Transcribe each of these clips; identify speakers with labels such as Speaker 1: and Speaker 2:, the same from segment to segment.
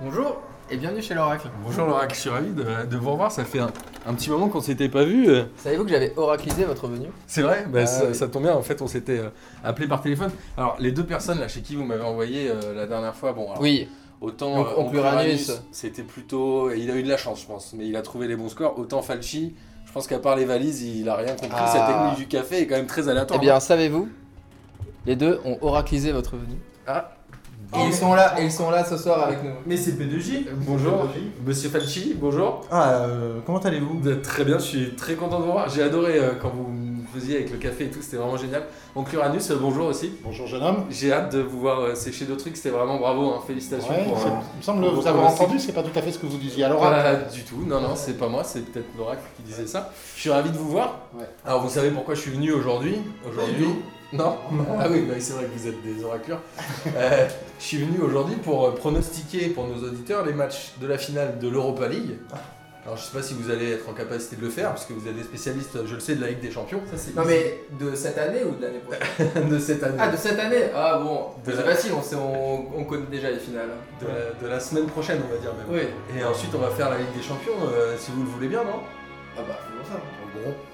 Speaker 1: Bonjour et bienvenue chez l'Oracle.
Speaker 2: Bonjour Laurac, je suis ravi de, de vous revoir. Ça fait un, un petit moment qu'on s'était pas vu. euh.
Speaker 1: Savez-vous que j'avais oraclisé votre venue
Speaker 2: C'est vrai, bah,
Speaker 1: Ah
Speaker 2: ça,
Speaker 1: oui.
Speaker 2: ça tombe bien. En fait, on s'était euh, appelé par téléphone. Alors, les deux personnes là chez qui vous m'avez envoyé euh, la dernière fois, bon, alors,
Speaker 1: Oui,
Speaker 2: autant
Speaker 1: Donc,
Speaker 2: en
Speaker 1: Oncuranus.
Speaker 2: c'était plutôt. Il a eu de la chance, je pense, mais il a trouvé les bons scores. Autant Falchi, je pense qu'à part les valises, il a rien compris.
Speaker 1: Ah.
Speaker 2: Sa technique du café est quand même très
Speaker 1: eh
Speaker 2: aléatoire.
Speaker 1: bien savez-vous, les deux ont oraclisé votre venue.
Speaker 2: Ah.
Speaker 1: Et ils sont là, et ils sont là ce soir avec nous.
Speaker 3: Mais c'est P2J
Speaker 2: Bonjour, monsieur Falchi, bonjour.
Speaker 3: Ah, euh, comment allez-vous
Speaker 2: Vous êtes très bien, je suis très content de vous voir. J'ai adoré euh, quand vous me faisiez avec le café et tout, c'était vraiment génial. Donc Uranus, euh, bonjour aussi.
Speaker 4: Bonjour jeune homme.
Speaker 2: J'ai hâte de vous voir euh, sécher d'autres trucs, c'était vraiment bravo, hein. félicitations
Speaker 4: Ouais,
Speaker 2: pour.
Speaker 4: c'est-
Speaker 2: euh,
Speaker 4: il me semble
Speaker 2: pour
Speaker 4: vous
Speaker 2: votre
Speaker 4: avoir
Speaker 2: réussite.
Speaker 4: entendu, c'est pas tout à fait ce que vous disiez. Alors,
Speaker 2: Pas du tout, non, non, c'est pas moi, c'est peut-être l'oracle qui disait ça. Je suis ravi de vous voir.
Speaker 4: Ouais.
Speaker 2: Alors vous savez pourquoi je suis venu aujourd'hui Aujourd'hui.
Speaker 3: Pas du
Speaker 2: Non Ah oui, bah, c'est vrai que vous êtes des oracleurs. Euh, je suis venu aujourd'hui pour euh, pronostiquer pour nos auditeurs les matchs de la finale de l'Europa League. Alors je sais pas si vous allez être en capacité de le faire, parce que vous êtes des spécialistes, je le sais, de la Ligue des Champions.
Speaker 3: Ça, c'est
Speaker 1: Non mais de cette année ou de l'année prochaine
Speaker 2: de cette année.
Speaker 1: Ah de cette année Ah bon,
Speaker 2: De
Speaker 1: c'est
Speaker 2: la-
Speaker 1: facile, on, sait, on, on connaît déjà les finales.
Speaker 2: de, la, de la semaine prochaine, on va dire même.
Speaker 1: Oui.
Speaker 2: Et ensuite, on va faire la Ligue des Champions, euh, si vous le voulez bien, non
Speaker 1: Ah bah faisons ça.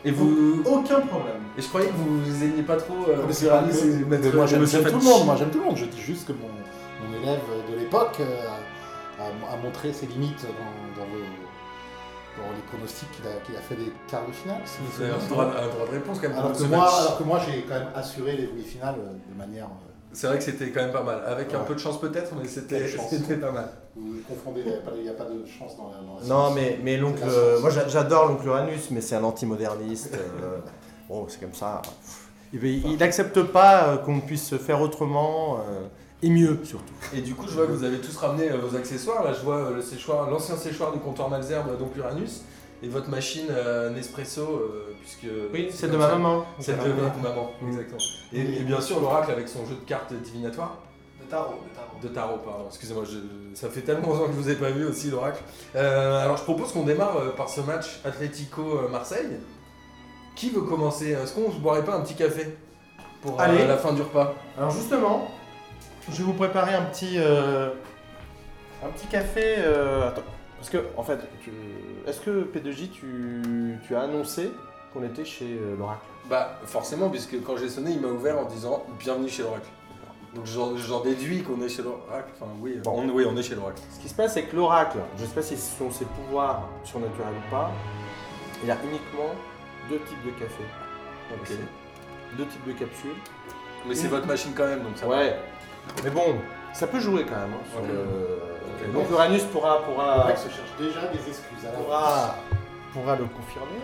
Speaker 2: Et vous.
Speaker 3: Aucun problème.
Speaker 2: Et je croyais que vous aimiez pas trop. euh,
Speaker 4: Mais c'est
Speaker 2: Monsieur
Speaker 4: pas
Speaker 2: Rami,
Speaker 4: que-
Speaker 2: c'est-
Speaker 4: Mais
Speaker 2: mettre-
Speaker 4: moi j'aime
Speaker 2: Monsieur
Speaker 4: j'aime tout le
Speaker 2: Fatih.
Speaker 4: monde, moi j'aime tout le monde. Je dis juste que mon, mon élève de l'époque euh, a, a montré ses limites dans, dans le- dans les pronostics qu'il a, qu'il a fait des quarts de finale. si
Speaker 2: Vous
Speaker 4: je
Speaker 2: avez
Speaker 4: me
Speaker 2: un
Speaker 4: souviens.
Speaker 2: droit, un droit de réponse quand même.
Speaker 4: alors,
Speaker 2: pour
Speaker 4: que
Speaker 2: ce
Speaker 4: moi,
Speaker 2: match.
Speaker 4: alors que moi j'ai quand même assuré les demi-finales euh, de manière. euh,
Speaker 2: C'est vrai que c'était quand même pas mal. Avec un
Speaker 4: Ouais.
Speaker 2: peu de chance peut-être, mais c'était
Speaker 4: Quelle chance.
Speaker 2: c'était pas mal.
Speaker 4: vous vous confondez, il n'y a, pas- il y a pas de chance dans la. dans la
Speaker 3: Non,
Speaker 4: science.
Speaker 3: mais, mais l'oncle.
Speaker 4: C'est la
Speaker 3: euh,
Speaker 4: science.
Speaker 3: moi, j'a- j'adore l'oncle Uranus, mais c'est un anti-moderniste. euh, bon, c'est comme ça. Pff. Et ben, il n'accepte pas euh, qu'on puisse se faire autrement euh, et mieux, surtout.
Speaker 2: Et du coup, je vois que vous avez tous ramené euh, vos accessoires. Là, je vois euh, le séchoir, l'ancien séchoir du comptoir Malzerbe, donc Uranus, et votre machine euh, Nespresso, euh, puisque.
Speaker 3: c'est de
Speaker 2: comme
Speaker 3: ma
Speaker 2: ça.
Speaker 3: maman.
Speaker 2: Celle de votre maman, exactement. Et, et bien sûr, l'oracle avec son jeu de cartes divinatoire.
Speaker 1: De tarot, de tarot.
Speaker 2: De tarot, pardon. Excusez-moi, je- ça fait tellement longtemps que je vous ai pas vu aussi, l'oracle. Euh, alors, je propose qu'on démarre euh, par ce match Atlético-Marseille. Qui veut commencer Est-ce qu'on se boirait pas un petit café pour euh,
Speaker 3: Allez.
Speaker 2: la fin du repas
Speaker 3: Alors justement, je vais vous préparer un petit euh, un petit café. euh, attends, parce que en fait, tu- est-ce que P2J tu, tu as annoncé qu'on était chez euh, l'oracle
Speaker 2: Bah, forcément, puisque quand j'ai sonné, il m'a ouvert en disant Bienvenue chez l'oracle. Donc, j'en j'en déduis qu'on est chez l'oracle. Enfin, oui, euh.
Speaker 3: Bon.
Speaker 2: on, oui, on est chez l'oracle.
Speaker 3: Ce qui se passe, c'est que l'oracle, je ne sais pas si ce sont ses pouvoirs surnaturels ou pas, il a uniquement deux types de café,
Speaker 2: Ok.
Speaker 3: Merci. deux types de capsules.
Speaker 2: Mais c'est
Speaker 3: Mm.
Speaker 2: votre machine quand même, donc ça va.
Speaker 3: Ouais. Mais bon, ça peut jouer quand même. hein, sur
Speaker 2: Ok.
Speaker 3: le-
Speaker 2: Ok.
Speaker 3: Donc Uranus pourra
Speaker 4: Le
Speaker 3: pourra
Speaker 4: mec se cherche déjà des excuses. Alors,
Speaker 2: Ah,
Speaker 3: pourra, pourra le confirmer.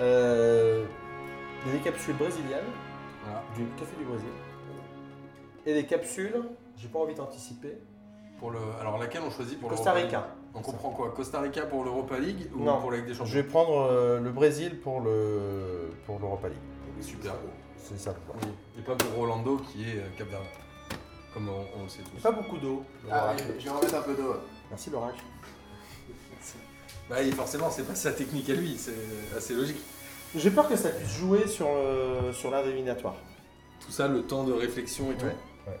Speaker 3: Euh, il y a des capsules brésiliennes,
Speaker 2: Voilà.
Speaker 3: du café du Brésil, et des capsules, j'ai pas envie d'anticiper,
Speaker 2: Pour le, alors, laquelle on choisit pour
Speaker 3: Costa
Speaker 2: l'Europa
Speaker 3: Rica.
Speaker 2: League On comprend quoi Costa Rica pour l'Europa League ou
Speaker 3: Non.
Speaker 2: pour la Ligue des Champions
Speaker 3: Je vais prendre euh, le Brésil pour le pour l'Europa League.
Speaker 2: Super.
Speaker 3: C'est ça. le plan.
Speaker 2: Oui, et pas pour Rolando qui est euh, Cap Verde. Comme on, on le sait tous.
Speaker 3: Pas beaucoup d'eau.
Speaker 1: Ah,
Speaker 3: l'oracle.
Speaker 1: je je vais en mettre un peu d'eau.
Speaker 3: Merci l'oracle.
Speaker 2: Bah oui, forcément, c'est pas sa technique à lui, c'est assez logique.
Speaker 3: J'ai peur que ça puisse jouer sur le- sur l'air éliminatoire.
Speaker 2: Tout ça, le temps de réflexion et tout.
Speaker 3: Ouais, ouais.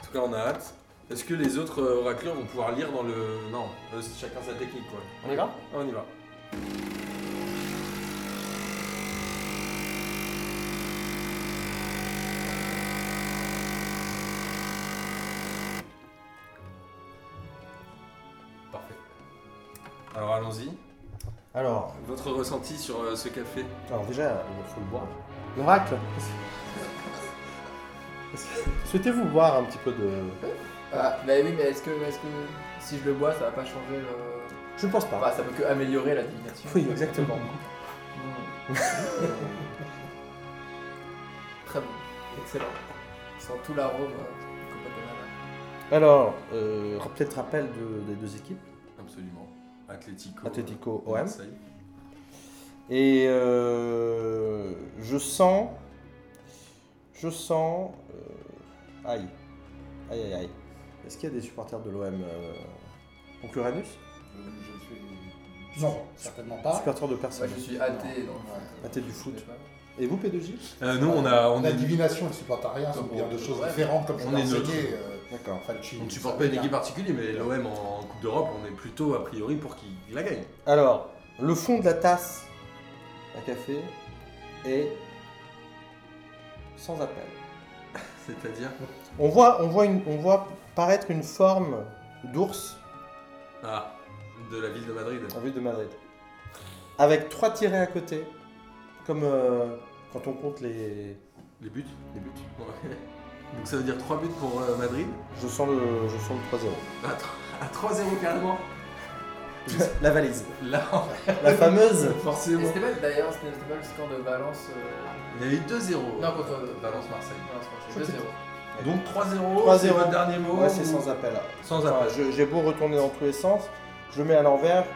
Speaker 2: En tout cas, on a hâte. Est-ce que les autres euh, racleurs vont pouvoir lire dans le. Non, euh, c'est chacun sa technique quoi.
Speaker 3: On y va
Speaker 2: Ah, On y va. Parfait. Alors allons-y.
Speaker 3: Alors,
Speaker 2: Votre ressenti sur euh, ce café
Speaker 3: alors déjà, il faut le boire. L'oracle. Souhaitez-vous boire un petit peu de
Speaker 1: Ah, bah oui, mais est-ce que, est que si je le bois, ça va pas changer le...
Speaker 3: Je pense pas.
Speaker 1: Enfin, ça peut que améliorer la divination.
Speaker 3: Oui, exactement.
Speaker 1: Mmh. Très bon, excellent. Sans tout l'arôme euh, du Copacabana.
Speaker 3: Alors, euh, peut-être rappel de- des deux équipes.
Speaker 2: Absolument. Atlético.
Speaker 3: Atlético
Speaker 2: euh,
Speaker 3: OM.
Speaker 2: Marseille.
Speaker 3: Et euh, je sens. Je sens. euh, aïe. Aïe, aïe, aïe. Est-ce qu'il y a des supporters de l'OM euh, pour Uranus
Speaker 4: je, je ne suis
Speaker 3: Non.
Speaker 4: certainement pas.
Speaker 3: Supporters de personne.
Speaker 1: Moi, je suis athée dans le foot.
Speaker 3: Athée du foot. Et vous, P2J
Speaker 2: Euh, nous, on a, on
Speaker 4: La
Speaker 2: est-
Speaker 4: divination et le supportariat sont
Speaker 2: Comme
Speaker 4: bien
Speaker 2: on-
Speaker 4: deux choses
Speaker 2: ouais.
Speaker 4: différentes, comme je
Speaker 2: On
Speaker 4: l'ai
Speaker 2: est neutre.
Speaker 4: enseigné. euh,
Speaker 3: D'accord.
Speaker 4: Falchi,
Speaker 2: on ne
Speaker 4: ça
Speaker 2: supporte pas une
Speaker 4: vient.
Speaker 2: équipe particulier, mais l'OM en Coupe d'Europe, on est plutôt a priori pour qu'il la gagne.
Speaker 3: Alors, le fond de la tasse à café est sans appel.
Speaker 2: C'est-à-dire.
Speaker 3: On voit, on voit, une- on voit paraître une forme d'ours
Speaker 2: Ah, de la ville de Madrid.
Speaker 3: en vue de Madrid. Avec trois tirets à côté, comme euh, quand on compte les,
Speaker 2: Les buts
Speaker 3: les buts.
Speaker 2: Ouais. Donc ça veut dire 3 buts pour euh, Madrid
Speaker 3: Je sens le, je sens le 3-0.
Speaker 2: À tro- à 3-0 carrément.
Speaker 3: la valise.
Speaker 2: Là,
Speaker 3: La fameuse.
Speaker 1: Et
Speaker 2: forcément.
Speaker 1: c'était pas d'ailleurs, c'était c'était pas le score de Valence. euh,
Speaker 2: Il y a eu 2-0.
Speaker 1: Non, contre,
Speaker 2: euh, Valence-Marseille.
Speaker 1: Valence,
Speaker 3: Je
Speaker 1: c'est
Speaker 3: crois que
Speaker 1: 2-0.
Speaker 2: Donc 3-0,
Speaker 3: 3-0.
Speaker 2: c'est votre dernier mot.
Speaker 3: Ouais, c'est
Speaker 2: ou-
Speaker 3: sans appel.
Speaker 2: sans
Speaker 3: Enfin,
Speaker 2: appel.
Speaker 3: je- J'ai beau retourner dans tous les sens, je mets à l'envers.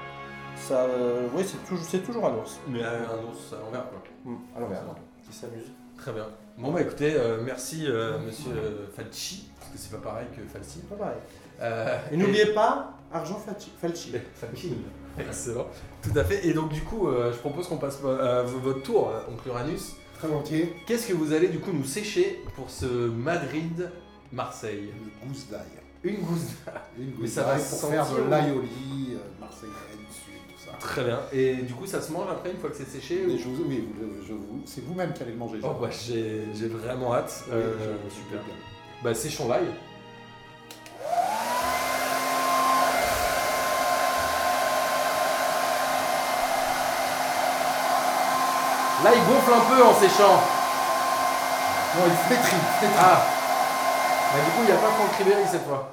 Speaker 3: Ça, euh, oui, c'est toujours, c'est toujours un ours. Ah
Speaker 2: Mais euh, un ours à l'envers, quoi.
Speaker 5: Hmm.
Speaker 3: À l'envers. Qui s'amuse.
Speaker 2: Très bien. Bon bah écoutez, euh, merci euh, monsieur euh, Falchi, parce que c'est pas pareil que Falci.
Speaker 3: C'est pas pareil.
Speaker 2: Euh,
Speaker 3: Et n'oubliez pas, argent Falchi. Falchi.
Speaker 2: Falchi. Excellent. Tout à fait. Et donc du coup, euh, je propose qu'on passe à votre tour, euh, oncle Uranus.
Speaker 4: Très volontiers,
Speaker 2: Qu'est-ce que vous allez du coup nous sécher pour ce Madrid-Marseille
Speaker 4: une gousse d'ail.
Speaker 2: Une gousse.
Speaker 4: Une
Speaker 2: Mais
Speaker 4: gousse
Speaker 2: ça va
Speaker 4: d'ail pour faire
Speaker 2: sentir
Speaker 4: de
Speaker 2: bon.
Speaker 4: l'aioli, euh, marseillaise, du sud, tout ça.
Speaker 2: Très bien. Et du coup, ça se mange après une fois que c'est séché
Speaker 4: Et
Speaker 2: ou...
Speaker 4: je vous, oui, vous- je vous- c'est vous-même qui allez le manger. je
Speaker 2: Oh
Speaker 4: crois.
Speaker 2: bah j'ai j'ai vraiment hâte.
Speaker 4: Oui,
Speaker 2: Euh,
Speaker 4: je-
Speaker 2: super. Bah séchons l'ail. L'ail gonfle un peu en séchant.
Speaker 4: Non, il flétrit, il flétrit.
Speaker 2: Ah Bah du coup, il n'y a pas Franck Ribéry cette fois.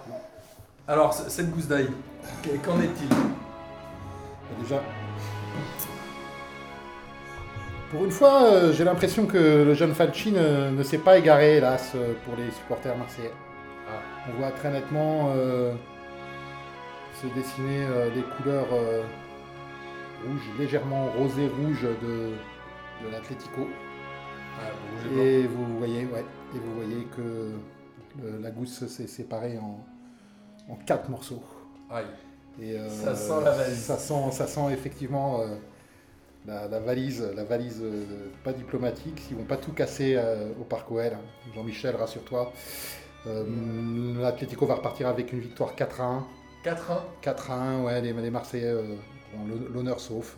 Speaker 2: Alors, c- cette gousse d'ail, qu- qu'en est-il
Speaker 4: Déjà. Pour une fois, euh, j'ai l'impression que le jeune Falchi ne, ne s'est pas égaré, hélas, euh, pour les supporters marseillais.
Speaker 2: Ah.
Speaker 4: On voit très nettement euh, se dessiner euh, les couleurs euh, rouges, légèrement rosé-rouge de, de l'Atlético.
Speaker 2: Ah,
Speaker 4: Et vous voyez, ouais, et vous voyez que euh, la gousse s'est séparée en, en quatre morceaux.
Speaker 2: Aïe.
Speaker 4: Et, euh,
Speaker 2: Ça sent la valise.
Speaker 4: Ça sent, ça sent effectivement euh, la, la valise, la valise euh, pas diplomatique. Ils vont pas tout casser euh, au Parc OL. hein. Jean-Michel, rassure-toi. Euh, L'Atlético va repartir avec une victoire 4 à 1.
Speaker 2: 4-1.
Speaker 4: 4 à 1, ouais, les, les Marseillais euh, ont l'hon- l'honneur sauf.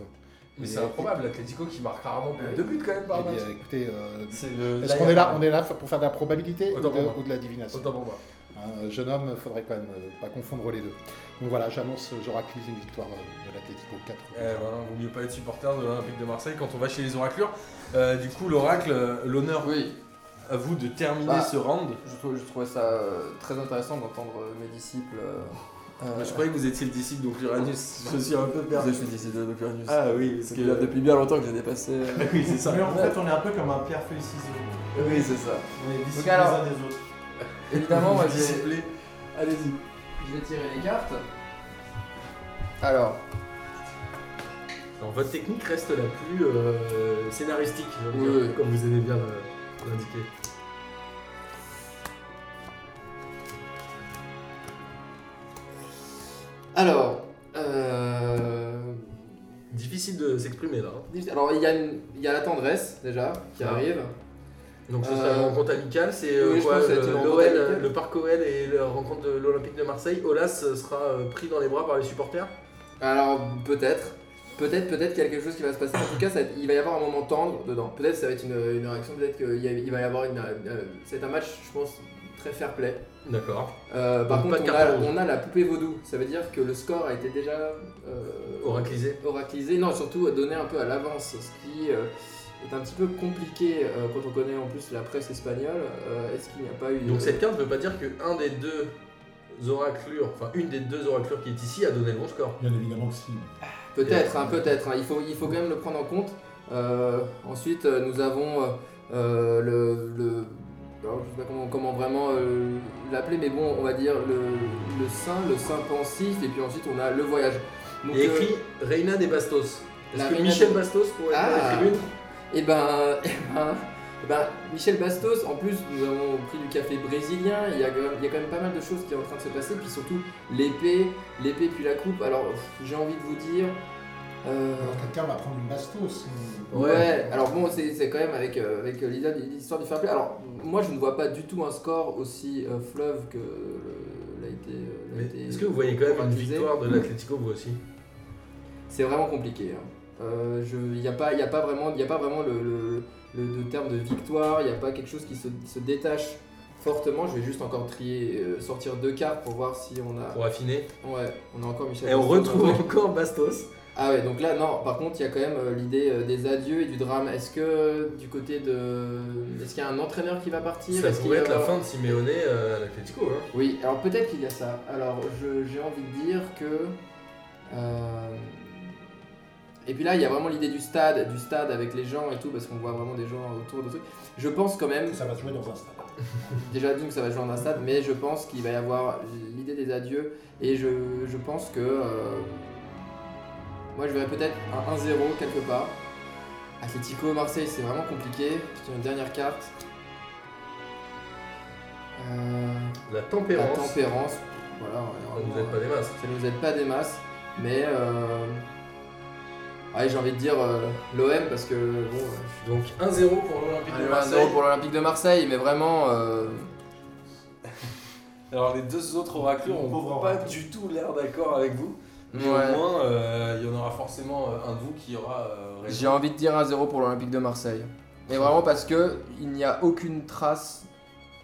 Speaker 2: Mais
Speaker 4: Et-
Speaker 2: c'est improbable, l'Atletico qui marque rarement plus de deux buts quand même
Speaker 4: Eh
Speaker 2: par
Speaker 4: bien,
Speaker 2: match.
Speaker 4: écoutez, euh,
Speaker 2: C'est le-
Speaker 4: est-ce qu'on est là, on est là pour faire de la probabilité ou de,
Speaker 2: Autant pour moi.
Speaker 4: ou de la divination
Speaker 2: Autant pour moi.
Speaker 4: Un euh, jeune homme, faudrait quand même euh, pas confondre les deux. Donc voilà, j'annonce, euh, j'oraclise une victoire euh, de l'Atlético 4
Speaker 2: Eh ben, vaut mieux pas être supporter de l'Olympique de Marseille quand on va chez les oraclures. Euh, du coup, l'oracle, euh, l'honneur
Speaker 1: Oui,
Speaker 2: à vous de terminer
Speaker 1: Bah.
Speaker 2: ce round.
Speaker 1: je, trou- je trouvais ça euh, très intéressant d'entendre euh, mes disciples. euh, euh,
Speaker 2: Je croyais que vous étiez le disciple d'Ocuranus. Je suis un peu
Speaker 1: Je
Speaker 2: perdu.
Speaker 1: suis décidé de Curious.
Speaker 2: Ah oui, parce
Speaker 1: Parce
Speaker 2: que...
Speaker 1: que depuis bien longtemps que j'ai dépassé. euh,
Speaker 2: oui, c'est ça.
Speaker 5: Mais en fait, on est un peu comme un pierre feuille ciseau.
Speaker 1: oui, c'est ça.
Speaker 5: On est d'ici
Speaker 1: Donc
Speaker 5: les
Speaker 1: alors-
Speaker 5: uns des autres.
Speaker 1: Évidemment, moi j'ai.
Speaker 2: Disciplé.
Speaker 1: Allez-y. Je vais tirer les cartes. Alors,
Speaker 2: Alors, votre technique reste la plus euh, scénaristique, j'ai envie de
Speaker 1: Oui,
Speaker 2: dire,
Speaker 1: oui.
Speaker 2: comme vous aimez bien euh, l'indiquer.
Speaker 1: alors, euh,
Speaker 2: Difficile de s'exprimer là. hein.
Speaker 1: Alors il y, a une- il y a la tendresse déjà qui
Speaker 2: Ah.
Speaker 1: arrive.
Speaker 2: Donc, ce sera
Speaker 1: Euh,
Speaker 2: une rencontre amicale, c'est euh,
Speaker 1: oui, je
Speaker 2: quoi
Speaker 1: pense que ça va être
Speaker 2: le,
Speaker 1: une rencontre
Speaker 2: l'OL,
Speaker 1: amicale.
Speaker 2: le parc OL et la rencontre de l'Olympique de Marseille. Olas euh, sera euh, pris dans les bras par les supporters.
Speaker 1: Alors peut-être, peut-être, peut-être qu'il y a quelque chose qui va se passer. En tout cas, ça va être- il va y avoir un moment tendre dedans. Peut-être ça va être une, une réaction, peut-être qu'il y a- il va y avoir une. euh, c'est un match, je pense, très fair play.
Speaker 2: D'accord.
Speaker 1: Euh, par
Speaker 2: Donc, pas
Speaker 1: contre,
Speaker 2: de
Speaker 1: on a,
Speaker 2: carton rouge.
Speaker 1: on a la poupée vaudou. Ça veut dire que le score a été déjà euh,
Speaker 2: Oraclisé.
Speaker 1: oraclisé. Non, surtout donné un peu à l'avance, ce qui euh, est un petit peu compliqué euh, quand on connaît en plus la presse espagnole. Euh, Est-ce qu'il n'y a pas eu
Speaker 2: Donc cette carte ne veut pas dire que un des deux oraclures, enfin une des deux oraclures qui est ici a donné le bon score.
Speaker 4: Bien évidemment que si.
Speaker 1: Peut-être, hein, peut-être. hein. Il, faut, il faut quand même le prendre en compte. Euh, ensuite, euh, nous avons euh, euh, le, le- alors, je sais pas comment, comment vraiment euh, l'appeler, mais bon, on va dire le, le saint, le saint pensif, et puis ensuite on a le voyage. Donc,
Speaker 2: Et
Speaker 1: euh,
Speaker 2: écrit Reina des Bastos. Est-ce
Speaker 1: La
Speaker 2: que
Speaker 1: Reina
Speaker 2: Michel
Speaker 1: des-
Speaker 2: Bastos pourrait être dans
Speaker 1: Ah.
Speaker 2: les tribunes
Speaker 1: Eh ben, eh ben, eh ben, Michel Bastos, en plus, nous avons pris du café brésilien. Il y, a, quand même- il y a quand même pas mal de choses qui sont en train de se passer. Puis surtout, l'épée, l'épée puis la coupe. Alors, pff, j'ai envie de vous dire, Euh,
Speaker 4: Alors quelqu'un va prendre une bastos. une-
Speaker 1: Ouais.
Speaker 2: Ouais.
Speaker 1: alors bon, c'est c'est quand même avec, euh, avec euh, l'idée- l'histoire du fair play. Alors, moi, je ne vois pas du tout un score aussi euh, fleuve que le- l'a été. euh, l'a
Speaker 2: Mais
Speaker 1: été-
Speaker 2: Est-ce que vous voyez quand même une
Speaker 1: organisé.
Speaker 2: victoire de l'Atlético, vous aussi
Speaker 1: C'est vraiment compliqué. hein. Euh, Il n'y a, pas- y a pas vraiment, y a pas vraiment le, le- le- de terme de victoire, il n'y a pas quelque chose qui se, se détache fortement. Je vais juste encore trier, euh, sortir deux cartes pour voir si on a.
Speaker 2: Pour affiner
Speaker 1: Ouais, on a encore Michel.
Speaker 2: Et on
Speaker 1: Bastos.
Speaker 2: retrouve encore Bastos.
Speaker 1: Ah ouais, donc là, non, par contre, il y a quand même euh, l'idée euh, des adieux et du drame. Est-ce que euh, du côté de. Est-ce qu'il y a un entraîneur qui va partir
Speaker 2: Ça
Speaker 1: Est-ce qu'il
Speaker 2: pourrait
Speaker 1: va
Speaker 2: être la
Speaker 1: avoir-
Speaker 2: fin de Simeone euh, à l'Atlético. Hein.
Speaker 1: Oui, alors peut-être qu'il y a ça. Alors je- j'ai envie de dire que. euh, Et puis là, il y a vraiment l'idée du stade, du stade avec les gens et tout, parce qu'on voit vraiment des gens autour de trucs. Je pense quand même,
Speaker 4: Ça va se jouer dans un stade.
Speaker 1: déjà d'une que ça va jouer en un stade, mais je pense qu'il va y avoir l'idée des adieux. Et je, je pense que. euh, Moi, je verrais peut-être un 1-0 quelque part. Atlético Marseille, c'est vraiment compliqué. C'est une dernière carte. Euh,
Speaker 2: La
Speaker 1: la
Speaker 2: tempérance.
Speaker 1: tempérance, voilà, ouais,
Speaker 2: On nous
Speaker 1: vraiment,
Speaker 2: aide pas des masses.
Speaker 1: ça nous aide pas des masses, mais euh, ouais, j'ai envie de dire l'OM parce que bon, euh,
Speaker 2: Donc 1-0 pour l'Olympique de
Speaker 1: allez, un
Speaker 2: Marseille.
Speaker 1: zéro pour l'Olympique de Marseille, mais vraiment, euh,
Speaker 2: Alors les deux autres oracles
Speaker 5: Pauvre
Speaker 2: n'ont pas
Speaker 5: oracle.
Speaker 2: du tout l'air d'accord avec vous. Mais
Speaker 1: ouais,
Speaker 2: au moins, euh, il y en aura forcément euh, un de vous qui aura euh,
Speaker 1: j'ai
Speaker 2: raison.
Speaker 1: envie de dire un 0 pour l'Olympique de Marseille. Et vraiment parce que il n'y a aucune trace,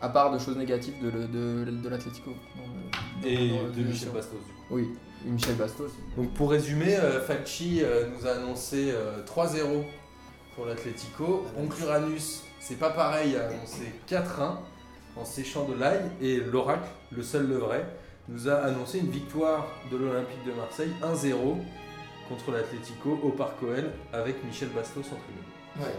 Speaker 1: à part de choses négatives, de, le- de, de l'Atlético.
Speaker 2: Et
Speaker 1: Dans la
Speaker 2: de Michel
Speaker 1: nomination.
Speaker 2: Bastos du coup.
Speaker 1: Oui, et Michel Bastos.
Speaker 2: Donc pour résumer, euh, Facci euh, nous a annoncé euh, 3-0 pour l'Atlético. Oncle Uranus, Ah, bah, c'est pas pareil, a annoncé 4-1 en séchant de l'ail. Et l'Oracle, le seul le vrai, nous a annoncé une victoire de l'Olympique de Marseille 1-0 contre l'Atlético au Parc OL avec Michel Bastos en tribune.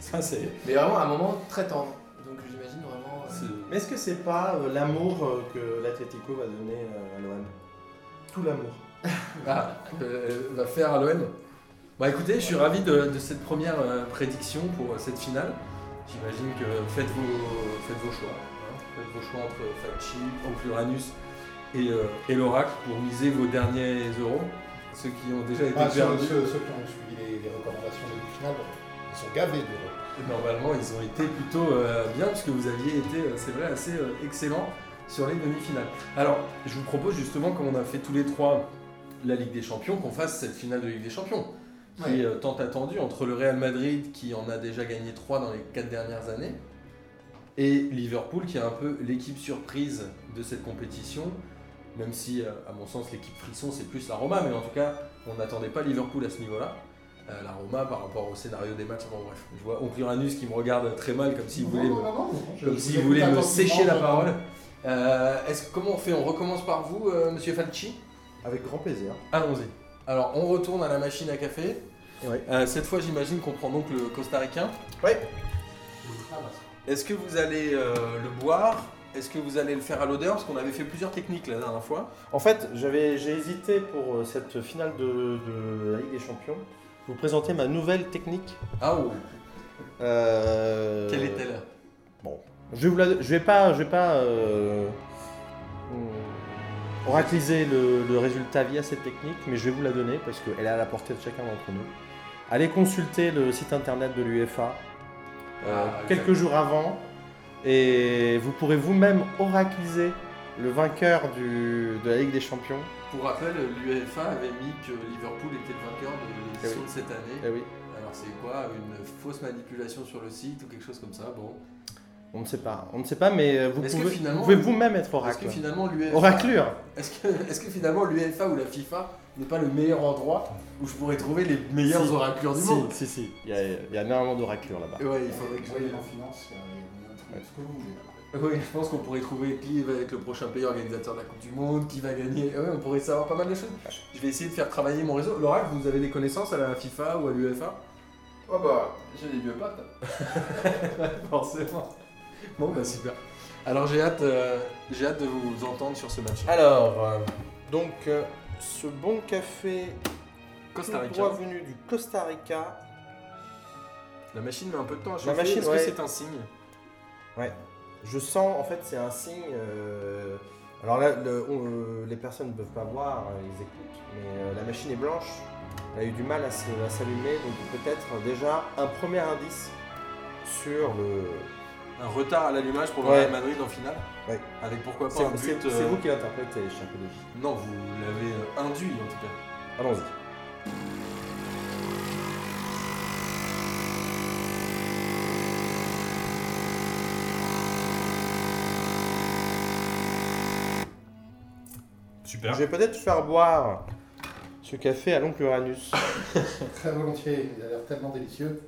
Speaker 2: Ça c'est...
Speaker 1: Mais vraiment un moment très tendre. Donc j'imagine vraiment. euh,
Speaker 2: c'est-
Speaker 5: Mais est-ce que c'est pas euh, l'amour euh, que l'Atlético va donner euh, à l'OM Tout l'amour.
Speaker 2: Ah, euh, va faire à l'OM. Bah écoutez, je suis ravi de, de cette première euh, prédiction pour euh, cette finale. J'imagine que faites vos, faites vos choix. hein. Faites vos choix entre Facci, Oncle Uranus et, euh, et l'Oracle pour miser vos derniers euros. Ceux qui ont déjà été
Speaker 4: Ah, ceux,
Speaker 2: perdus.
Speaker 4: ceux- ceux qui ont suivi les, les recommandations des demi-finales, ils sont gavés de
Speaker 2: Normalement, ils ont été plutôt euh, bien, puisque vous aviez été, euh, c'est vrai, assez euh, excellent sur les demi-finales. Alors, je vous propose justement, comme on a fait tous les trois la Ligue des Champions, qu'on fasse cette finale de Ligue des Champions, qui
Speaker 1: Ouais.
Speaker 2: est euh, tant attendue entre le Real Madrid, qui en a déjà gagné 3 dans les 4 dernières années, et Liverpool, qui est un peu l'équipe surprise de cette compétition, même si, euh, à mon sens, l'équipe frisson, c'est plus la Roma, mais en tout cas, on n'attendait pas Liverpool à ce niveau-là. Euh, la Roma par rapport au scénario des matchs. Bon, bref, je vois Oncle Uranus qui me regarde très mal comme s'il
Speaker 1: Oh.
Speaker 4: l'eau.
Speaker 2: voulait, me, comme s'il voulait me sécher la parole. Euh, est-ce, comment on fait On recommence par vous, euh, monsieur Falchi
Speaker 3: Avec grand plaisir.
Speaker 2: Allons-y. Alors, on retourne à la machine à café.
Speaker 3: Ouais.
Speaker 2: Euh, cette fois, j'imagine qu'on prend donc le costaricain. Est-ce que vous allez euh, le boire Est-ce que vous allez le faire à l'odeur Parce qu'on avait fait plusieurs techniques la dernière fois.
Speaker 3: En fait, j'avais, j'ai hésité pour euh, cette finale de, de la Ligue des Champions. Vous présenter ma nouvelle technique.
Speaker 2: Ah, oh,
Speaker 3: Euh,
Speaker 2: quelle est-elle
Speaker 3: Je vais vous la- je vais pas, je vais pas euh, hum, oracliser le, le résultat via cette technique, mais je vais vous la donner parce qu'elle est à la portée de chacun d'entre nous. Allez consulter le site internet de l'UEFA euh,
Speaker 2: Ah,
Speaker 3: quelques jours avant et vous pourrez vous-même oracliser le vainqueur du- de la Ligue des Champions.
Speaker 2: Pour rappel, l'UEFA avait mis que Liverpool était le vainqueur de l'édition
Speaker 3: Eh oui.
Speaker 2: de cette année.
Speaker 3: Eh oui.
Speaker 2: Alors c'est quoi Une fausse manipulation sur le site ou quelque chose comme ça Bon.
Speaker 3: On ne sait pas, on ne sait pas, mais euh, vous
Speaker 2: Est-ce que
Speaker 3: pouvez,
Speaker 2: finalement-
Speaker 3: vous pouvez vous-même être
Speaker 2: Est-ce
Speaker 3: oracle.
Speaker 2: que finalement l'UEFA
Speaker 3: Oraclure
Speaker 2: Est-ce que, est-ce que finalement l'UEFA ou la FIFA n'est pas le meilleur endroit où je pourrais trouver les meilleurs
Speaker 3: Si.
Speaker 2: oracleurs du
Speaker 3: Si,
Speaker 2: monde
Speaker 3: si, si. Il y a, il y a énormément d'oraclures là-bas.
Speaker 2: Ouais, il faudrait que
Speaker 4: Voyez en
Speaker 2: je...
Speaker 4: finance, il y a- il y a un truc, ce que vous voulez.
Speaker 2: Ouais, je pense qu'on pourrait trouver qui va être le prochain pays organisateur de la Coupe du Monde, qui va gagner. Ouais, on pourrait savoir pas mal de choses. Je vais essayer de faire travailler mon réseau. L'oracle, vous avez des connaissances à la FIFA ou à l'UEFA
Speaker 1: Oh bah, j'ai des vieux potes.
Speaker 2: Forcément. Bon bah super. Alors j'ai hâte, euh, j'ai hâte de vous entendre sur ce match.
Speaker 3: Alors, euh, donc, euh, ce bon café
Speaker 2: Costa
Speaker 3: tout
Speaker 2: Rica.
Speaker 3: droit venu du Costa Rica.
Speaker 2: La machine met un peu de temps à chauffer.
Speaker 3: La machine,
Speaker 2: Est-ce
Speaker 3: ouais.
Speaker 2: que c'est un signe
Speaker 3: Je sens, en fait, c'est un signe. euh, hein, alors là, le- on- euh, les personnes ne peuvent pas voir, euh, ils écoutent, mais euh, la machine est blanche. Elle a eu du mal à se- à s'allumer, donc peut-être déjà un premier indice sur le.
Speaker 2: Un retard à l'allumage pour le
Speaker 3: Ouais.
Speaker 2: Real Madrid en finale
Speaker 3: Ouais.
Speaker 2: Avec pourquoi pas
Speaker 3: C'est
Speaker 2: un but.
Speaker 3: c'est-
Speaker 2: euh,
Speaker 3: c'est vous qui l'interprétez, cher collègue.
Speaker 2: Non, vous l'avez euh, induit en tout cas.
Speaker 3: Allons-y.
Speaker 2: Super.
Speaker 3: Je vais peut-être faire boire ce café à l'oncle Uranus.
Speaker 4: Très volontiers, il a l'air tellement délicieux.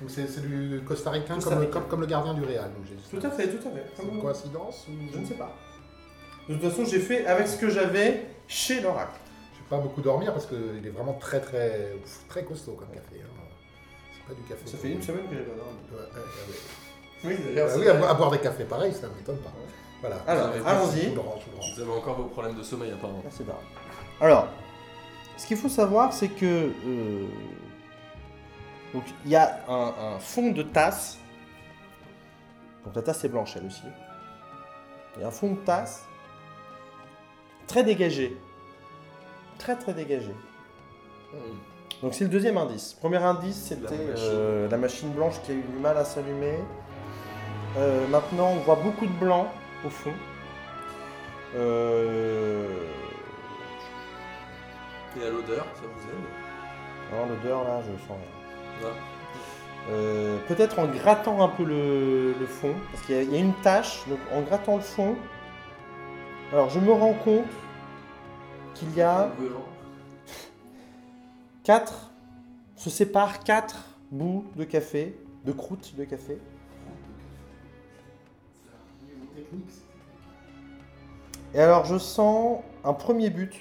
Speaker 4: Donc c'est c'est du costaricain
Speaker 5: Costa
Speaker 4: comme,
Speaker 5: Rica.
Speaker 4: comme, comme le gardien du Real. donc j'ai-
Speaker 5: Tout à fait, tout à fait.
Speaker 4: C'est une coïncidence ou...
Speaker 5: Je ne sais pas. De toute façon, j'ai fait avec ce que j'avais chez l'oracle.
Speaker 4: Je vais pas beaucoup dormir parce qu'il est vraiment très très ouf, très costaud comme café. hein. C'est pas du café.
Speaker 5: Ça fait une semaine que j'ai pas dormi.
Speaker 4: Ouais, ouais, ouais.
Speaker 5: Oui,
Speaker 4: Bah
Speaker 5: d'ailleurs.
Speaker 4: oui, à, bo- à boire des cafés pareils, ça m'étonne pas. Voilà.
Speaker 3: Alors,
Speaker 4: Je vous
Speaker 5: allons-y.
Speaker 4: le rends, je vous le rends.
Speaker 2: Vous avez encore vos problèmes de sommeil apparemment.
Speaker 3: Merci Baron. Alors, ce qu'il faut savoir, c'est que euh, donc il y a un, un fond de tasse. Donc la tasse est blanche elle aussi. Il y a un fond de tasse très dégagé, très très dégagé. Donc c'est le deuxième indice. Premier indice, c'était
Speaker 2: La machine.
Speaker 3: euh, la machine blanche qui a eu du mal à s'allumer. Euh, maintenant, on voit beaucoup de blanc au fond. Euh,
Speaker 2: Et à l'odeur, ça vous aide
Speaker 3: Alors l'odeur là, je sens rien.
Speaker 2: Non.
Speaker 3: Euh, Peut-être en grattant un peu le, le fond, parce qu'il y, a- il y a une tache, donc en grattant le fond, alors je me rends compte qu'il y a
Speaker 2: Brûlant.
Speaker 3: quatre, se séparent quatre bouts de café, de croûte de café. Et alors je sens un premier but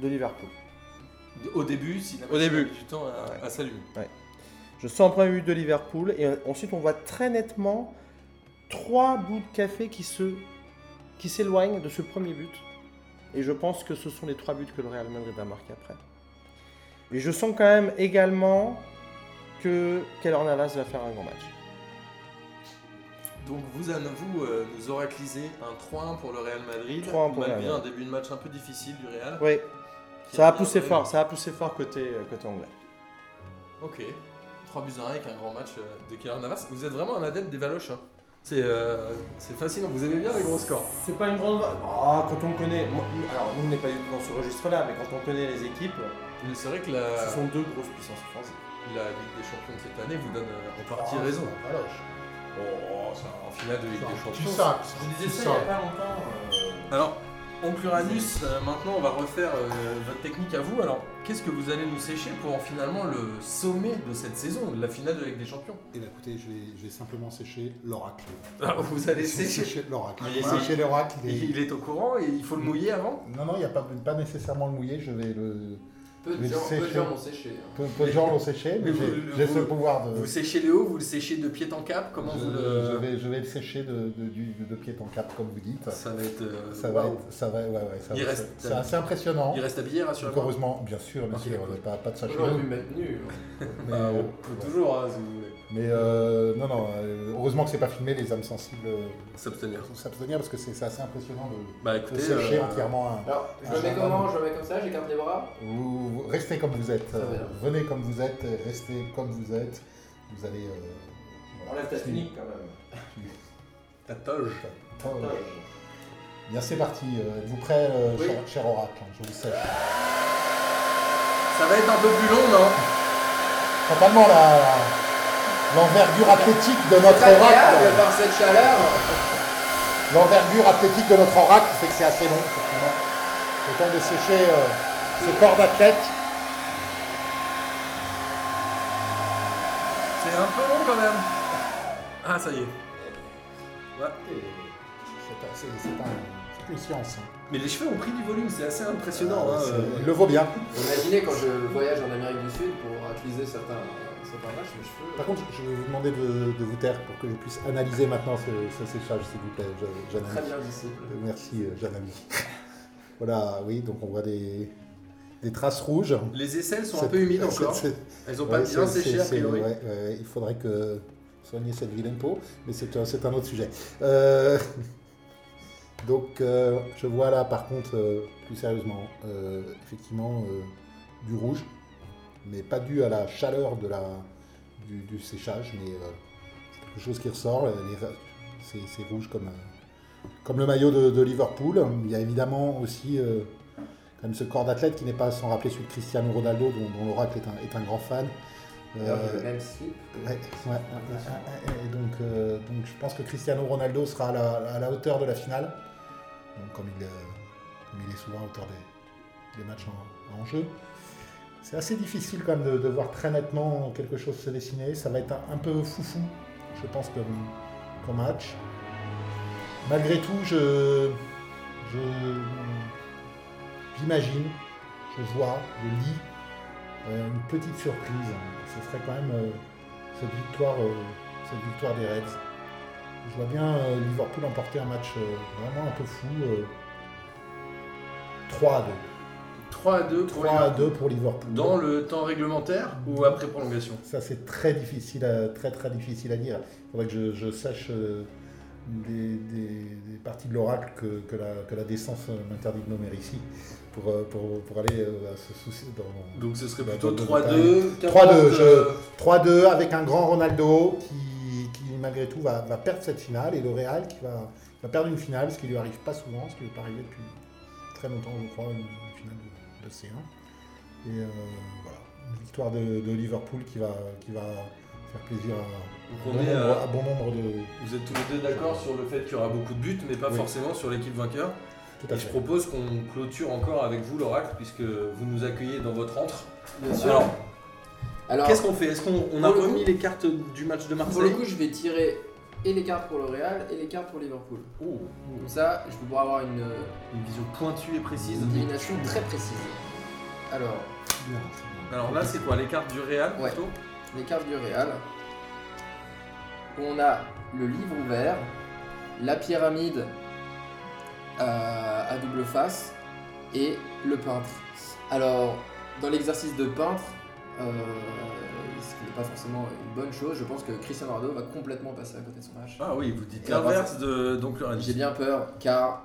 Speaker 3: de Liverpool.
Speaker 2: Au début, si la
Speaker 3: Au début.
Speaker 2: machine a du temps à,
Speaker 3: Ouais.
Speaker 2: à s'allumer.
Speaker 3: Je sens un premier but de Liverpool et euh, ensuite on voit très nettement trois bouts de café qui se qui s'éloignent de ce premier but. Et je pense que ce sont les trois buts que le Real Madrid a marqués après. Et je sens quand même également que Keller Navas va faire un grand match.
Speaker 2: Donc vous, Anne, vous euh, nous oraclisez un 3-1 pour le Real Madrid.
Speaker 3: 3-1 pour le
Speaker 2: malgré
Speaker 3: Real.
Speaker 2: un début de match un peu difficile du Real.
Speaker 3: Oui,
Speaker 2: qui
Speaker 3: ça va
Speaker 2: revient
Speaker 3: pousser
Speaker 2: vraiment-
Speaker 3: fort, ça va pousser fort côté, euh, côté anglais.
Speaker 2: Ok. 3 buts à 1 avec un grand match euh, de Keylor Navas. Vous êtes vraiment un adepte des Valoches. hein. C'est euh, c'est fascinant. Vous aimez bien les gros scores.
Speaker 3: C'est pas une grande. Ah, quand on connaît. moi- Alors, nous, on n'est pas du tout dans ce registre-là, mais quand on connaît les équipes,
Speaker 2: Mais c'est vrai que la,
Speaker 3: ce sont deux grosses puissances françaises.
Speaker 2: la Ligue des Champions de cette année vous donne euh, en
Speaker 4: Ah,
Speaker 2: partie
Speaker 4: c'est
Speaker 2: raison.
Speaker 4: un paloche.
Speaker 2: Oh, c'est un- en finale de Ligue des
Speaker 4: Tu
Speaker 2: Champions.
Speaker 4: sacs.
Speaker 5: Je
Speaker 4: Tu
Speaker 5: disais ça
Speaker 4: sacs.
Speaker 5: il n'y a pas longtemps. euh,
Speaker 2: Alors, oncle Uranus, euh, maintenant on va refaire euh, votre technique à vous. Alors, qu'est-ce que vous allez nous sécher pour finalement le sommet de cette saison, la finale de la Ligue des Champions
Speaker 4: Eh bien, écoutez, je vais, je vais simplement sécher l'oracle.
Speaker 2: Alors, vous allez
Speaker 4: Je vais
Speaker 2: sécher.
Speaker 4: sécher l'oracle.
Speaker 2: Vous allez
Speaker 4: Voilà.
Speaker 2: sécher
Speaker 4: Sécher l'oracle. il est-
Speaker 2: Ah, Il est au courant et il faut le mouiller avant.
Speaker 4: Non, non, il n'y a pas, pas nécessairement le mouillé. Je vais le.
Speaker 1: Peu de
Speaker 4: Mais
Speaker 1: gens,
Speaker 4: c'est
Speaker 1: peu de
Speaker 4: chaud.
Speaker 1: gens m'ont séché. hein.
Speaker 4: Peu, peu de gens l'ont séché,
Speaker 2: Mais
Speaker 4: mais j'ai
Speaker 2: vous-
Speaker 4: j'ai
Speaker 2: vous-
Speaker 4: ce pouvoir de.
Speaker 2: Vous séchez Léo, vous le séchez de pied en cap. Comment
Speaker 4: je,
Speaker 2: vous le.
Speaker 4: je vais, je vais le sécher de, de, du- de pied en cap, comme vous dites.
Speaker 2: Ça va être. euh,
Speaker 4: Ça va,
Speaker 2: waouh.
Speaker 4: être- ça va, ouais, ouais, ça
Speaker 2: Il
Speaker 4: va-
Speaker 2: reste-
Speaker 4: c'est assez impressionnant.
Speaker 2: Il reste habillé,
Speaker 4: Donc,
Speaker 2: rassurez-moi.
Speaker 4: heureusement, bien sûr, bien
Speaker 2: Ok,
Speaker 4: sûr,
Speaker 2: cool.
Speaker 4: pas, pas de sachet.
Speaker 1: J'aurais pu mettre nu. hein.
Speaker 2: Ah,
Speaker 4: Mais, euh,
Speaker 2: on peut toujours, hein, si vous voulez.
Speaker 4: mais, euh, non, non, euh, heureusement que c'est pas filmé, les âmes sensibles euh,
Speaker 2: S'abstenir.
Speaker 4: vont s'abstenir parce que c'est c'est assez impressionnant de,
Speaker 2: Bah
Speaker 4: de
Speaker 2: écoutez.
Speaker 4: sécher
Speaker 2: euh,
Speaker 4: entièrement un.
Speaker 1: Alors, je
Speaker 4: Ah,
Speaker 1: me mets
Speaker 4: j'en
Speaker 1: comment Je me mets comme ça, j'écarte les bras.
Speaker 4: Vous, vous- restez comme vous êtes,
Speaker 1: Ça va
Speaker 4: euh,
Speaker 1: bien.
Speaker 4: venez comme vous êtes, euh, restez comme vous êtes. Vous allez. euh, voilà.
Speaker 5: Enlève ta
Speaker 4: Tu-
Speaker 5: tunique quand même.
Speaker 2: La toge.
Speaker 4: Oh, euh, Bien, c'est parti. euh, Êtes-vous prêt, euh,
Speaker 1: Oui.
Speaker 4: cher, cher oracle Je vous sèche.
Speaker 2: Ça va être un peu plus long, non
Speaker 4: Totalement la l'envergure athlétique de notre
Speaker 1: Pas agréable
Speaker 4: oracle.
Speaker 1: par cette chaleur.
Speaker 4: L'envergure athlétique de notre oracle fait que c'est assez long. effectivement. Le temps de sécher euh, ce corps d'athlète.
Speaker 2: C'est un peu long quand même. Ah, ça y est.
Speaker 4: C'est un- c'est- c'est un- c'est une science. hein.
Speaker 2: Mais les cheveux ont pris du volume, c'est assez impressionnant.
Speaker 4: Euh,
Speaker 2: hein,
Speaker 4: c'est-
Speaker 2: euh.
Speaker 4: Il le vaut bien.
Speaker 1: Vous Imaginez quand je voyage en Amérique du Sud pour racliser certains, certains matchs, mes cheveux.
Speaker 4: Par contre, je vais vous demander de, de vous taire pour que je puisse analyser maintenant ce, ce séchage, s'il vous plaît, je- jeune
Speaker 1: Très
Speaker 4: ami.
Speaker 1: bien visibles.
Speaker 4: Euh, Merci, euh, jeune ami. voilà, oui, donc on voit des, des traces rouges.
Speaker 2: Les aisselles sont un
Speaker 4: C'est-
Speaker 2: peu humides
Speaker 4: c'est-
Speaker 2: encore.
Speaker 4: c'est-
Speaker 2: Elles ont
Speaker 4: Ouais,
Speaker 2: pas
Speaker 4: c'est-
Speaker 2: bien
Speaker 4: c'est-
Speaker 2: séché a
Speaker 4: c'est-
Speaker 2: priori.
Speaker 4: ouais, ouais, ouais, il faudrait que soigner cette vilaine peau, mais c'est un, c'est un autre sujet. Euh, donc euh, je vois là par contre, euh, plus sérieusement, euh, effectivement, euh, du rouge, mais pas dû à la chaleur de la, du, du séchage, mais euh, c'est quelque chose qui ressort. euh, les- c'est- C'est rouge comme, euh, comme le maillot de, de Liverpool. Il y a évidemment aussi euh, quand même ce corps d'athlète qui n'est pas sans rappeler celui de Cristiano Ronaldo, dont, dont l'oracle est un, est un grand fan.
Speaker 1: D'ailleurs, j'ai
Speaker 4: Euh,
Speaker 1: le même slip.
Speaker 4: Ouais, ouais, ouais, ouais, ouais. Et donc, euh, donc je pense que Cristiano Ronaldo sera à la, à la hauteur de la finale, Bon, comme, il, euh, comme il est souvent à hauteur des, des matchs en, en jeu. C'est assez difficile quand même de, de voir très nettement quelque chose se dessiner. Ça va être un, un peu foufou, je pense, comme, comme match. Malgré tout, je, je- j'imagine, je vois, je lis euh, une petite surprise. Ce serait quand même euh, cette victoire, euh, cette victoire des Reds. Je vois bien euh, Liverpool emporter un match euh, vraiment un peu fou. euh, 3 à 2.
Speaker 2: 3 à 2 pour
Speaker 4: 3 à
Speaker 2: les-
Speaker 4: 2 pour Liverpool.
Speaker 2: Dans le temps réglementaire ou après prolongation
Speaker 4: Ça c'est très difficile à, très très difficile à dire. Il faudrait que je, je sache euh, des, des- des parties de l'oracle que, que la, que la décence euh, m'interdit de nommer ici pour, euh, pour, pour aller euh, à ce souci dans,
Speaker 2: Donc ce serait
Speaker 4: Bah,
Speaker 2: plutôt
Speaker 4: dans le
Speaker 2: 3-2.
Speaker 4: 3-2, je-
Speaker 2: euh,
Speaker 4: 3-2 avec un grand Ronaldo qui, qui, malgré tout va, va perdre cette finale et le Real qui va, va perdre une finale, ce qui lui arrive pas souvent, ce qui lui est pas arrivé depuis très longtemps je crois, une, une finale de, de C1. Et euh, voilà, une victoire de, de Liverpool qui va, qui va faire plaisir à,
Speaker 2: Donc
Speaker 4: bon
Speaker 2: on est euh,
Speaker 4: nombre,
Speaker 2: à-
Speaker 4: à bon nombre de...
Speaker 2: Vous êtes tous les deux d'accord sur le fait qu'il y aura beaucoup de buts, mais pas
Speaker 4: Oui.
Speaker 2: forcément sur l'équipe vainqueur.
Speaker 4: Tout à
Speaker 2: Et je
Speaker 4: fait.
Speaker 2: propose qu'on clôture encore avec vous l'oracle, puisque vous nous accueillez dans votre antre.
Speaker 1: Bien sûr.
Speaker 2: Alors,
Speaker 1: Alors,
Speaker 2: qu'est-ce qu'on fait Est-ce qu'on on a
Speaker 1: Pour le
Speaker 2: remis
Speaker 1: coup-
Speaker 2: les cartes du match
Speaker 1: pour
Speaker 2: de
Speaker 1: le
Speaker 2: Marseille
Speaker 1: coup, je vais tirer et les cartes pour le Real et les cartes pour Liverpool.
Speaker 2: Oh,
Speaker 1: Comme ça, je vais pouvoir avoir une,
Speaker 2: Une vision pointue et précise.
Speaker 1: une divination très précise. Alors,
Speaker 2: Alors là, c'est quoi Les cartes du Real
Speaker 1: Ouais.
Speaker 2: plutôt
Speaker 1: les cartes du Real. On a le livre ouvert, la pyramide euh, à, à double face et le peintre. Alors, dans l'exercice de peintre, euh, ce qui n'est pas forcément une bonne chose, je pense que Cristiano Ronaldo va complètement passer à côté de son match.
Speaker 2: Ah oui, vous dites
Speaker 1: Et alors,
Speaker 2: l'inverse de donc le Real.
Speaker 1: J'ai bien peur car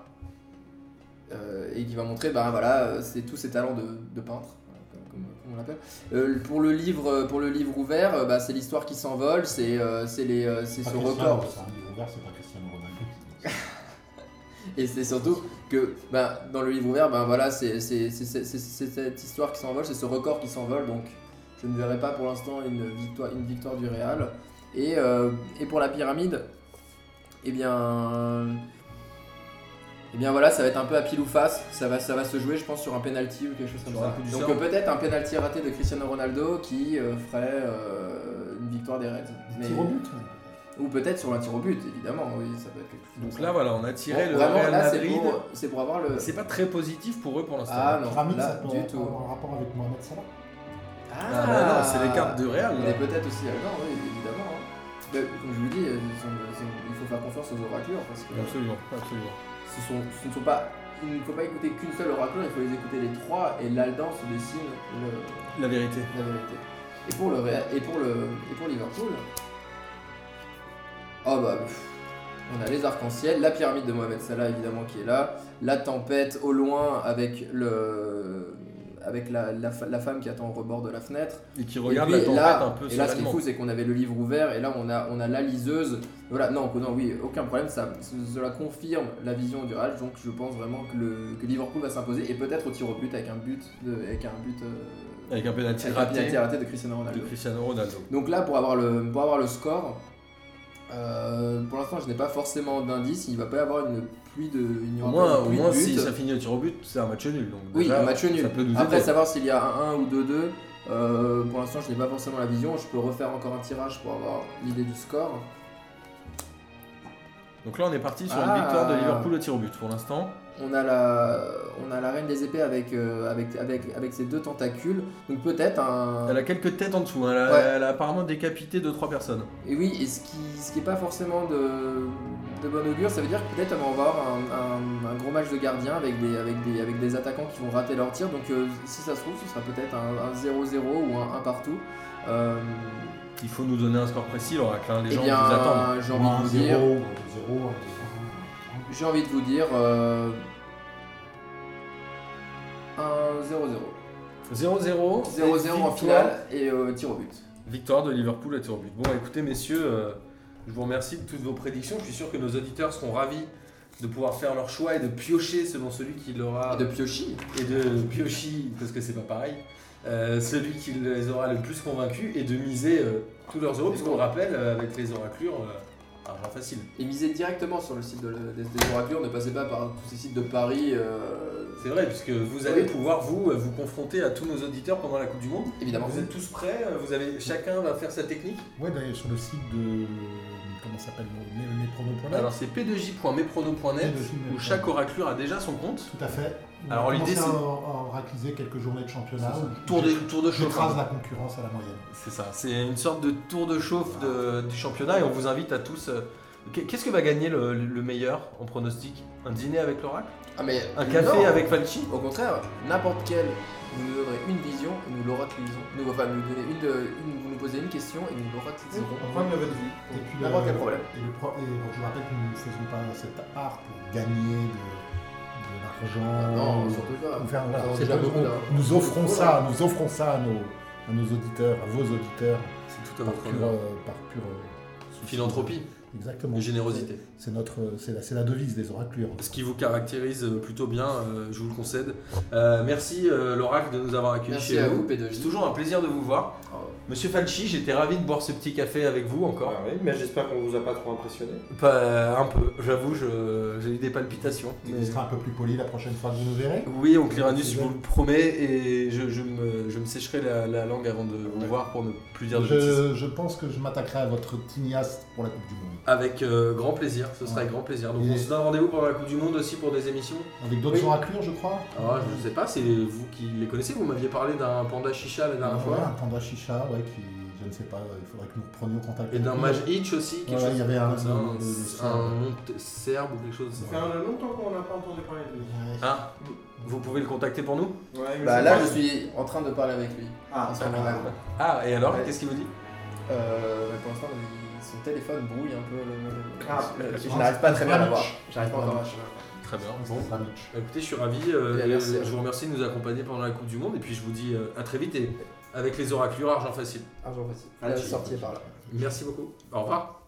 Speaker 1: euh, et qui va montrer ben voilà euh, c'est tous ses talents de, de peintre euh, comme, comme on l'appelle. Euh, pour le livre euh, pour le livre ouvert euh, bah, c'est l'histoire qui s'envole c'est euh, c'est les euh, c'est
Speaker 4: C'est
Speaker 1: ce
Speaker 4: pas Cristiano,
Speaker 1: record
Speaker 4: c'est un livre ouvert, c'est pas Cristiano Ronaldo.
Speaker 1: et c'est surtout que ben, dans le livre ouvert ben voilà c'est c'est- c'est- c'est- c'est- c'est cette histoire qui s'envole c'est ce record qui s'envole donc je ne verrai pas pour l'instant une victoire une victoire du Real et euh, et pour la pyramide eh bien Eh bien voilà, ça va être un peu à pile ou face, ça va, ça va se jouer je pense sur un penalty ou quelque chose comme
Speaker 2: Sur un
Speaker 1: ça.
Speaker 2: coup du
Speaker 1: Donc
Speaker 2: sort.
Speaker 1: euh, peut-être un penalty raté de Cristiano Ronaldo qui euh, ferait euh, une victoire des Reds. Mais-
Speaker 4: Tir au but même.
Speaker 1: Ou peut-être sur un tir au but, évidemment, oui, ça peut être quelque chose.
Speaker 2: Donc
Speaker 1: comme
Speaker 2: là,
Speaker 1: ça.
Speaker 2: voilà, on a tiré
Speaker 1: Bon,
Speaker 2: le
Speaker 1: vraiment
Speaker 2: Real
Speaker 1: là c'est
Speaker 2: Madrid.
Speaker 1: pour, c'est pour avoir le...
Speaker 2: C'est pas très positif pour eux pour l'instant.
Speaker 1: Ah
Speaker 4: La
Speaker 1: non,
Speaker 4: pyramide,
Speaker 1: là,
Speaker 4: ça peut
Speaker 1: du
Speaker 4: avoir
Speaker 1: tout.
Speaker 4: un rapport avec Mohamed Salah.
Speaker 2: Ah, bah non, c'est les cartes hein. de Real.
Speaker 1: On
Speaker 2: là.
Speaker 1: est peut-être aussi à l'heure, oui, évidemment. hein. Mais, Comme je vous dis, euh, ce sont- ce sont- il faut faire confiance aux oracles parce que...
Speaker 2: Absolument, absolument.
Speaker 1: ce, sont, ce ne sont pas. Il ne faut pas écouter qu'une seule oracle, il faut les écouter les trois, et là-dedans se dessine le-
Speaker 2: La vérité.
Speaker 1: la vérité. Et pour le Real- et pour le et pour Liverpool, oh bah pff, on a les arcs-en-ciel, la pyramide de Mohamed Salah évidemment qui est là, la tempête au loin avec le avec la, la fa- la femme qui attend au rebord de la fenêtre.
Speaker 2: Et qui regarde
Speaker 1: et puis,
Speaker 2: la tempête
Speaker 1: là,
Speaker 2: un peu
Speaker 1: et là, ce qui est
Speaker 2: sereinement.
Speaker 1: fou, c'est qu'on avait le livre ouvert et là, on a, on a la liseuse. Voilà, non, non, oui, aucun problème. Ça, cela confirme la vision du Real. Donc, je pense vraiment que, le, que Liverpool va s'imposer et peut-être au tir au but avec un but, de- avec un but, euh,
Speaker 2: Avec un penalty
Speaker 1: avec un
Speaker 2: raté
Speaker 1: penalty raté de Cristiano
Speaker 2: de
Speaker 1: Ronaldo.
Speaker 2: Cristiano Ronaldo.
Speaker 1: Donc là, pour avoir le, pour avoir le score, euh, pour l'instant, je n'ai pas forcément d'indice. Il va pas y avoir une pluie de, il n'y
Speaker 2: Au
Speaker 1: aura
Speaker 2: moins,
Speaker 1: pas
Speaker 2: au
Speaker 1: une pluie
Speaker 2: moins
Speaker 1: de
Speaker 2: si
Speaker 1: buts.
Speaker 2: ça finit au tir au but, c'est un match nul. Donc
Speaker 1: Oui,
Speaker 2: déjà,
Speaker 1: un match nul.
Speaker 2: Ça peut nous
Speaker 1: Après,
Speaker 2: aider.
Speaker 1: savoir s'il y a un 1 ou 2-2, euh, pour l'instant, je n'ai pas forcément la vision. Je peux refaire encore un tirage pour avoir l'idée du score.
Speaker 2: Donc là, on est parti sur
Speaker 1: Ah.
Speaker 2: une victoire de Liverpool au tir au but pour l'instant.
Speaker 1: On a la, on a la reine des épées avec, euh, avec, avec, avec ses deux tentacules. Donc peut-être un.
Speaker 2: Elle a quelques têtes en dessous. hein. Elle a,
Speaker 1: Ouais.
Speaker 2: elle a apparemment décapité 2-3 personnes.
Speaker 1: Et oui, et ce qui ce qui est pas forcément de, de bon augure, ça veut dire que peut-être on va avoir un, un- un gros match de gardiens avec des, avec, des, avec des attaquants qui vont rater leur tir. Donc euh, si ça se trouve, ce sera peut-être un un 0-0 ou un 1 partout. Euh,
Speaker 2: Il faut nous donner un score précis, l'oracle. hein. Les
Speaker 1: eh
Speaker 2: gens
Speaker 1: bien,
Speaker 2: vous attendent.
Speaker 1: j'ai
Speaker 4: Ou
Speaker 1: envie de
Speaker 4: un
Speaker 1: vous
Speaker 4: 0,
Speaker 1: dire.
Speaker 4: ou un 2-0, un 2-1.
Speaker 1: J'ai envie de vous dire euh, un 0-0.
Speaker 2: 0-0.
Speaker 1: 0-0 en
Speaker 2: Oh, victoire-
Speaker 1: finale et euh, tir au but.
Speaker 2: Victoire de Liverpool à tir au but. Bon, écoutez, messieurs, euh, je vous remercie de toutes vos prédictions. Je suis sûr que nos auditeurs seront ravis de pouvoir faire leur choix et de piocher selon celui qui l'aura
Speaker 1: Et de Piochi.
Speaker 2: et de piocher parce que c'est pas pareil. euh, celui qui les aura le plus convaincus et de miser euh, tous leurs euros, parce qu'on le rappelle, euh, avec les oraclures, euh, argent facile.
Speaker 1: Et misez directement sur le site de, des, des oracles, ne passez pas par tous ces sites de Paris, euh,
Speaker 2: C'est vrai, puisque vous allez
Speaker 1: Oui.
Speaker 2: pouvoir vous euh, vous confronter à tous nos auditeurs pendant la Coupe du Monde.
Speaker 1: évidemment.
Speaker 2: Vous êtes tous prêts euh, Vous avez chacun va faire sa technique.
Speaker 4: Ouais, d'ailleurs, sur le site de. Comment ça s'appelle mes, mes pronos.net.
Speaker 2: Alors c'est p2j.meprono.net où chaque oraclure a déjà son compte.
Speaker 4: Tout à fait. On
Speaker 2: Alors,
Speaker 4: va
Speaker 2: l'idée,
Speaker 4: commencer
Speaker 2: c'est-
Speaker 4: à en- à en racliser quelques journées de
Speaker 2: Ah
Speaker 4: championnat. où
Speaker 2: Tour de
Speaker 4: je-
Speaker 2: tour de
Speaker 4: Je
Speaker 2: chauffe.
Speaker 4: trace la concurrence à la moyenne.
Speaker 2: C'est ça. C'est une sorte de tour de chauffe de- du championnat et on vous invite à tous. euh, qu- Qu'est-ce que va gagner le, le meilleur en pronostic Un dîner avec l'oracle
Speaker 1: Ah, mais,
Speaker 2: Un café
Speaker 1: non,
Speaker 2: avec Falchi
Speaker 1: Au contraire, n'importe quel, vous nous donnerez une vision et nous l'oraclisons. Nous, enfin, vous nous donnez une, de- une- vous nous posez une question et nous l'oracliserons.
Speaker 3: On prend de votre vie.
Speaker 4: Et puis,
Speaker 1: N'importe
Speaker 4: euh,
Speaker 1: quel problème.
Speaker 4: Et, le pro- et bon, je vous rappelle que nous ne faisons pas cet art pour gagner de, de l'argent.
Speaker 1: Ah
Speaker 2: Ah
Speaker 1: Non,
Speaker 4: ou-
Speaker 1: surtout pas.
Speaker 4: ou faire- voilà,
Speaker 1: Ça, on
Speaker 4: c'est
Speaker 1: déjà
Speaker 4: pas-
Speaker 1: beaucoup,
Speaker 4: on-
Speaker 1: là.
Speaker 4: nous offrons
Speaker 1: hein. Voilà.
Speaker 4: ça, nous offrons ça à nos, à nos auditeurs, à vos auditeurs,
Speaker 2: C'est tout à
Speaker 4: par
Speaker 2: votre
Speaker 4: pure,
Speaker 2: honneur.
Speaker 4: euh, par pure, euh, souci.
Speaker 2: Philanthropie
Speaker 4: Exactement.
Speaker 2: et générosité.
Speaker 4: C'est notre, c'est la, c'est la devise des oraclures.
Speaker 2: Ce qui vous caractérise euh, plutôt bien, euh, je vous le concède. Euh, merci euh, l'oracle de nous avoir accueillis
Speaker 1: Merci
Speaker 2: chez
Speaker 1: à
Speaker 2: vous.
Speaker 1: vous, P2J.
Speaker 2: C'est toujours Ah, un plaisir de vous voir.
Speaker 1: Oh.
Speaker 2: Monsieur Falchi, j'étais ravi de boire ce petit café avec vous encore.
Speaker 3: Ah oui, mais j'espère qu'on vous a pas trop impressionné.
Speaker 2: Pas euh, un peu, j'avoue, je- j'ai eu des palpitations.
Speaker 4: Mais... Il sera un peu plus poli la prochaine fois que vous nous verrez.
Speaker 2: Oui, oncle Uranus, je vous le promets, et je, je me, je me sécherai la, la langue avant de vous
Speaker 4: Ouais.
Speaker 2: voir pour ne plus dire de bêtises.
Speaker 4: Je, je pense que je m'attaquerai à votre tignasse pour la Coupe du Monde.
Speaker 2: Avec euh, grand plaisir, ce sera
Speaker 4: Ouais.
Speaker 2: avec grand plaisir. Donc
Speaker 4: Et-
Speaker 2: on se donne rendez-vous pendant la Coupe du Monde aussi pour des émissions.
Speaker 4: Avec d'autres
Speaker 2: Oui.
Speaker 4: oraclures, je crois.
Speaker 2: Alors je sais pas, c'est vous qui les connaissez, vous m'aviez parlé d'un panda chicha la dernière
Speaker 4: Voilà,
Speaker 2: fois,
Speaker 4: un panda chicha, ouais, qui, je ne sais pas, il faudrait que nous reprenions contact.
Speaker 2: et
Speaker 4: avec
Speaker 2: d'un
Speaker 4: lui.
Speaker 2: mage hitch aussi, quelque
Speaker 4: Voilà,
Speaker 2: chose
Speaker 4: il y avait un-
Speaker 2: comme ça,
Speaker 4: le- le-
Speaker 2: un, un monte serbe ou quelque chose.
Speaker 3: Ça fait un- longtemps qu'on n'a pas entendu parler de lui.
Speaker 4: Ouais.
Speaker 2: Ah, vous pouvez le contacter pour nous
Speaker 3: Ouais, mais
Speaker 1: Bah
Speaker 3: c'est
Speaker 1: là,
Speaker 3: pas-
Speaker 1: je suis en train de parler avec lui.
Speaker 3: Ah,
Speaker 1: En ce moment-là.
Speaker 2: Ah, et alors,
Speaker 1: Ouais.
Speaker 2: qu'est-ce qu'il vous dit
Speaker 1: Euh, mais pour l'instant, il- son téléphone brouille un peu le. le-
Speaker 3: Ah,
Speaker 1: le- je
Speaker 4: c'est-
Speaker 1: n'arrive pas
Speaker 4: c'est
Speaker 1: très bien à
Speaker 4: pas
Speaker 1: l'avoir.
Speaker 4: Mitch.
Speaker 1: J'arrive pas encore à
Speaker 2: Très bien,
Speaker 4: Bon, ça marche.
Speaker 2: Bah, Écoutez, je suis ravi. euh,
Speaker 1: Et merci.
Speaker 2: je vous remercie de nous accompagner pendant la Coupe du Monde. Et puis, je vous dis euh, à très vite. Et avec les oraclures, argent facile.
Speaker 1: Ah, j'en passe.
Speaker 2: Allez,
Speaker 1: Sortir par là.
Speaker 2: Merci beaucoup. Au revoir.